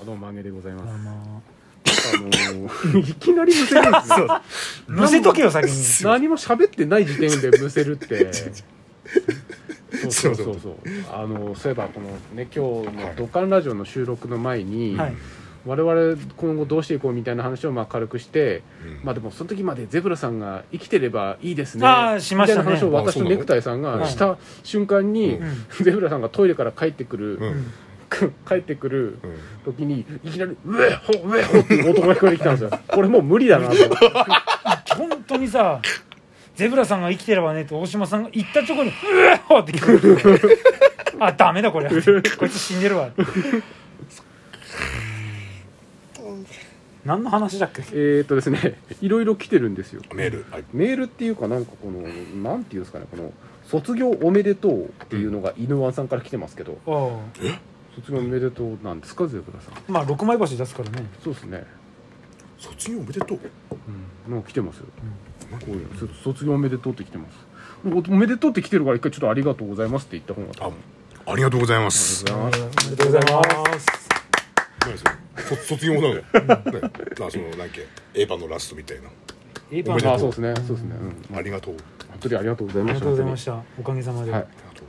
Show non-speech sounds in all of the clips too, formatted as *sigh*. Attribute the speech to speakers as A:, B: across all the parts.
A: あどうもマンゲでございます。
B: ま
A: あのー *laughs* いきなりむせる *laughs* んですよ。
B: あむせとけよ先に
A: 何も喋ってない時点でむせる *laughs* って。そうそうそうそう。あのーそういえばこのね今日の土管ラジオの収録の前に、
B: はい
A: 我々今後どうしていこうみたいな話をまあ軽くして、
C: うん
A: まあでもその時までゼブラさんが生きてればいいですね。
B: あーしましたね
A: みたいな話を私とネクタイさんがした瞬間に、
C: うん
A: ゼブラさんがトイレから帰ってくる、
C: うん
A: 帰ってくる。
C: うん
A: 時にいきなり「ウエホウエホ」っていう男が聞こえてきたんですよこれもう無理だなと思って
B: 本当にさゼブラさんが生きてればねって大島さんが言ったとこに「うわっ!」って聞こえてあダメだこれこいつ死んでるわ何の話だっけ
A: えーっとですねいろいろ来てるんですよ
C: メールはい
A: メールっていうかなんかこのなんていうんですかねこの「卒業おめでとう」っていうのが犬ワンさんから来てますけど
B: あ
A: 卒業おめでとうなんですかゼブラさん
B: あまあ六枚橋出すからね
A: そうですね
C: 卒業おめでとう
A: うんなんか来てますよこういうの卒卒業おめでとうって来てますおおめでとうって来てるから一回ちょっとありがとうございますって言った方が
C: あありがとうございます
A: ありがとうございます
B: おめでとうございます
C: 何それ卒卒業なのよ、ね、なそのなんけエヴァのラストみたいな
B: エイパ
C: おめで
B: ン
C: と
A: あそうですねそうですねうん
C: ありがとう
A: 本当にありがとうござい
B: あり
A: ま
B: が
A: した
B: とうございましたおかげさまで、
A: はい
C: ありがと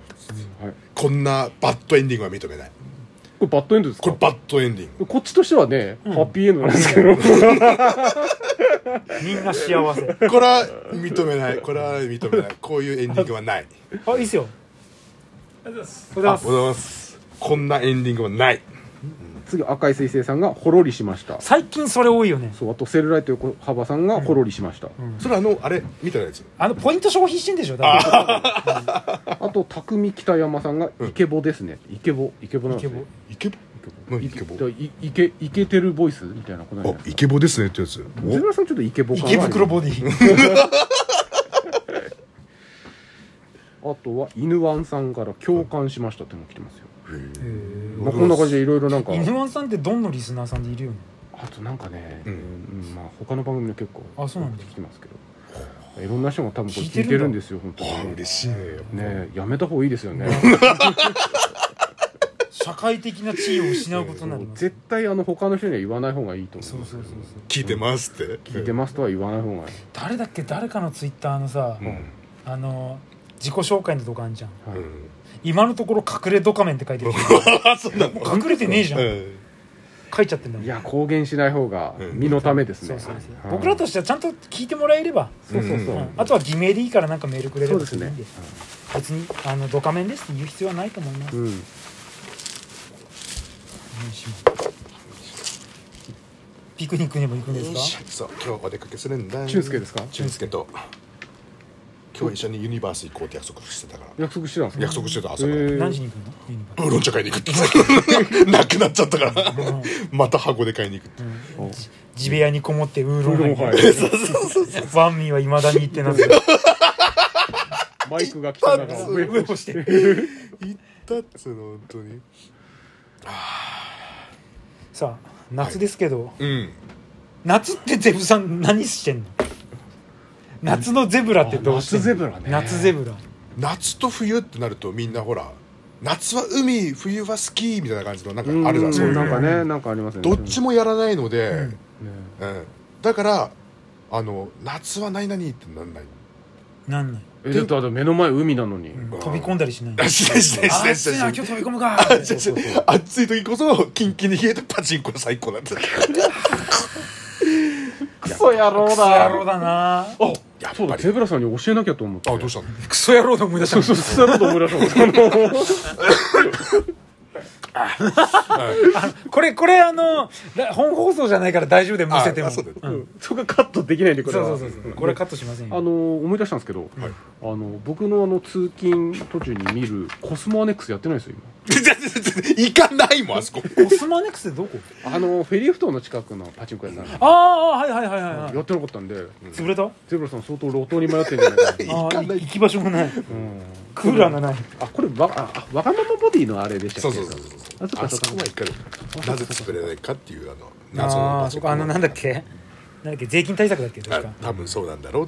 C: う
A: はい
C: こんなバッドエンディングは認めない
A: これバッドエンドです
C: こ
A: か
C: れバッドエンディング
A: こっちとしてはね、ハッピーエンドなんですけど、
B: みんな幸せ
C: これは認めないこれは認めないこういうエンディングはない
B: あいいっすよありがとうござい
C: あ
B: ま
C: りが
B: す
C: とうございますこんなエンディングはない
A: 次赤い彗星さんがほろりしました
B: 最近それ多いよね
A: そうあとセルライト横幅さんがほろりしました、
C: それあのあれみたいなやつ
B: あのポイント消費してんでしょだって
A: あと匠北山さんがイケボですね、イケボイケボなん
B: イ
A: で
B: ケ
A: す
B: ボ
A: ね
C: イケボ何イケボ
A: イケイケイケてるボイスみたいなことなん
C: あ
A: です
C: イケボですねってやつ
A: ゼブラさんちょっとイケボ感はあります
B: ボディ
A: あとは犬ワンさんから共感しましたってのも来てますよ、
C: うん
A: まあ、こんな感じでいろいろなんか
B: 犬丸さんってどんのリスナーさんでいるよね
A: あとなんかね、う
C: うんん
A: まあ、他の番組も結構
B: あそうなんだ
A: 来てますけどいろんな人が多分これ
B: 聞い
A: 聞
B: て
A: い
B: るん
A: て
B: だ
A: るんですよ本当
C: あ
A: にね
C: 嬉しいね
A: ねやめた方がいいですよね
B: 社会的な地位を失うことになります
A: 絶対あの他の人には言わない方がいいと思
B: そうそうそうそう
C: 聞いてますって
A: 聞いてますとは言わない方がいい、
B: 誰だっけ誰かのツイッターのさ、
C: うん
B: あの自己紹介のとこあんじゃん
A: はい
C: うん
B: 今のところ隠れドカメンって書いてる
C: そうなの
B: もう隠れてねえじゃん、
C: うん
B: 書いちゃってんだもん
A: いや公言しない方が
C: うん
A: 身のためです
B: そ
A: ね、
B: うそうそう、
A: はい
B: 僕らとしてはちゃんと聞いてもらえれば、
A: そうそうそう、
C: うん
B: あとは偽名でいいからなんかメールくれれ
A: そう
B: ば
A: ですね
B: いいんで別にあのドカメンですって言う必要はないと思います、
A: う
B: よ
A: ん
B: いしょピクニックにも行くんですか
C: そう今日お出かけするんだ
A: 俊介ですか
C: 俊介と今日一緒にユニバース行こうって約束してたから
A: 約束してたんですか
C: 約束してた朝か
A: へ
C: ら
A: ー
B: 何時に行くのユニバ
C: ウーロン茶買いに行くってなくなっちゃったからまた箱で買いに行くって
B: 地部屋にこもってウーロ
A: ウーロン
B: ン
A: ハイ
B: ハイワンミーはいまだに行ってなくて
A: マイクが来た中
C: そう
A: 上
B: 上をして
C: 行ったっつうの本当に
B: さあ夏ですけど、
C: うん
B: 夏ってゼブさん何してんの夏のゼブラってどうしてんの
A: 夏ゼブラね
B: 夏ゼブラ
C: 夏と冬ってなるとみんなほら夏は海冬はスキーみたいな感じのなんかあるじゃんそういう
A: なんか
C: の
A: ねなんかありますよね
C: どっちもやらないので、うん
A: ね
C: だからあの夏は何々ってなんない
B: なんない
A: えだってあと目の前海なのに、
B: 飛び込んだりしない
C: あしないしないし
B: あ
C: ない
B: 暑
C: し
B: い
C: な
B: ない今日飛び込むか
C: そうそう暑い時こそキンキンに冷えたパチンコ最高なんだ
A: クソ野郎だ
B: 野郎だな
A: あ
C: やっぱり
A: そうだゼブラさんに教えなきゃと思って
C: あどうしたの *laughs*
B: クソ野郎で思い出し
A: そうそうそうだろうと思い出したもん
B: これこれあのら本放送じゃないから大丈夫でむせても
C: あそうだよ
A: あのうんそこがカットできないんでこれ
B: そう
A: は
B: そうそうそうこれはカットしませんよ
A: あの思い出したんですけど、
C: はい
A: あの僕のあの通勤途中に見るコスモアネックスやってないですよ
C: 行かないもんあそこ
B: コスマネックスってどこ
A: 今あのフェリーフ島の近くのパチンコ屋さんや
B: ああはいはいはいはい、
A: ってなかったんで
B: 潰れた
A: ゼブラさん相当路頭に迷ってんじゃない
C: *laughs*
A: かな
B: ああ行き場所がない
A: うん
B: クーラーがない
A: あこれわああわがままボディのあれでしたっけ
C: そうそうそうそ
A: あ
C: う
A: そっか
C: あ
A: そっ
C: そ
A: か
C: こは行かないなぜ潰れないかっていうあの謎の
B: あ
C: 場
B: あ
C: 所
B: そこあのなんだっけなんだっけ税金対策だっけ確か
C: あ多分そうなんだろうっ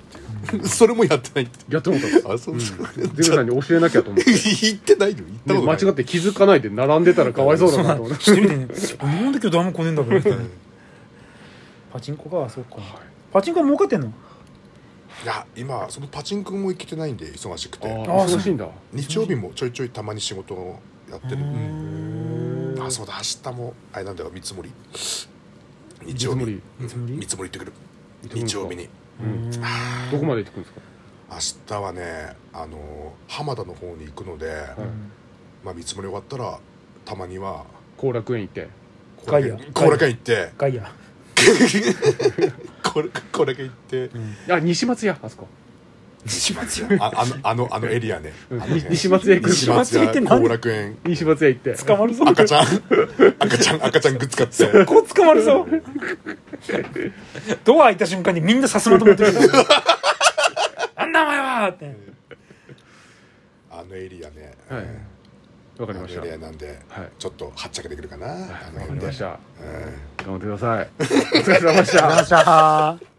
C: ていう *laughs* それもやってないって
A: やってもら
C: *laughs*
A: った
C: あそうですか
A: ゼブラさんに教えなきゃと思って
C: 言ってないの
A: で
C: 言ったことな
A: 間違
C: い
A: って気づかないで並んでたらかわいそうだなと思って
B: してみてねなんで今日誰も来ねえんだこれパチンコかそうかパチンコは儲かってんの
C: いや今そのパチンコも行けてないんで忙しく
A: *laughs* あ
C: て
A: あ忙しいんだ
C: 日曜日もちょいちょいたまに仕事をやってるあそうだ明日もあれなんだよ見積もり日曜日
A: 見
C: うん見
B: 積もり
C: 積もり行ってくる
A: 見積もりか
C: 日曜日に
A: どこまで行ってくんですか
C: 明日はねあの浜田の方に行くので、まあ見積もり終わったらたまには
A: 後楽園行って
C: 後楽
B: ガイ
C: 園
B: ア
C: 後楽園行って
B: ガイア
C: 後楽後楽園行って
A: あ西松屋あそこ
C: 西松屋ああのあのあのエリアねあ
A: うん
C: のね
A: 西松屋行く
C: 西松
B: 西松屋行って
C: 屋
B: 何
C: 後楽園
A: 西松屋行って
B: 捕まるぞ
C: 赤ちゃん赤ちゃん赤ちゃんグッズ買って
B: こう捕まるぞドア開いた瞬間にみんなさすまと持ってくるなんだお前はって
C: あのエリアね、
A: はいわか
C: あ
A: り
C: の
A: まし
C: エ
A: た
C: リアなんで、
A: はい
C: ちょっとはっちゃけてくるかな、あの
A: わかりました
C: う
A: 頑張っ
C: ん
A: てくださいお疲れ様でした
B: しゃー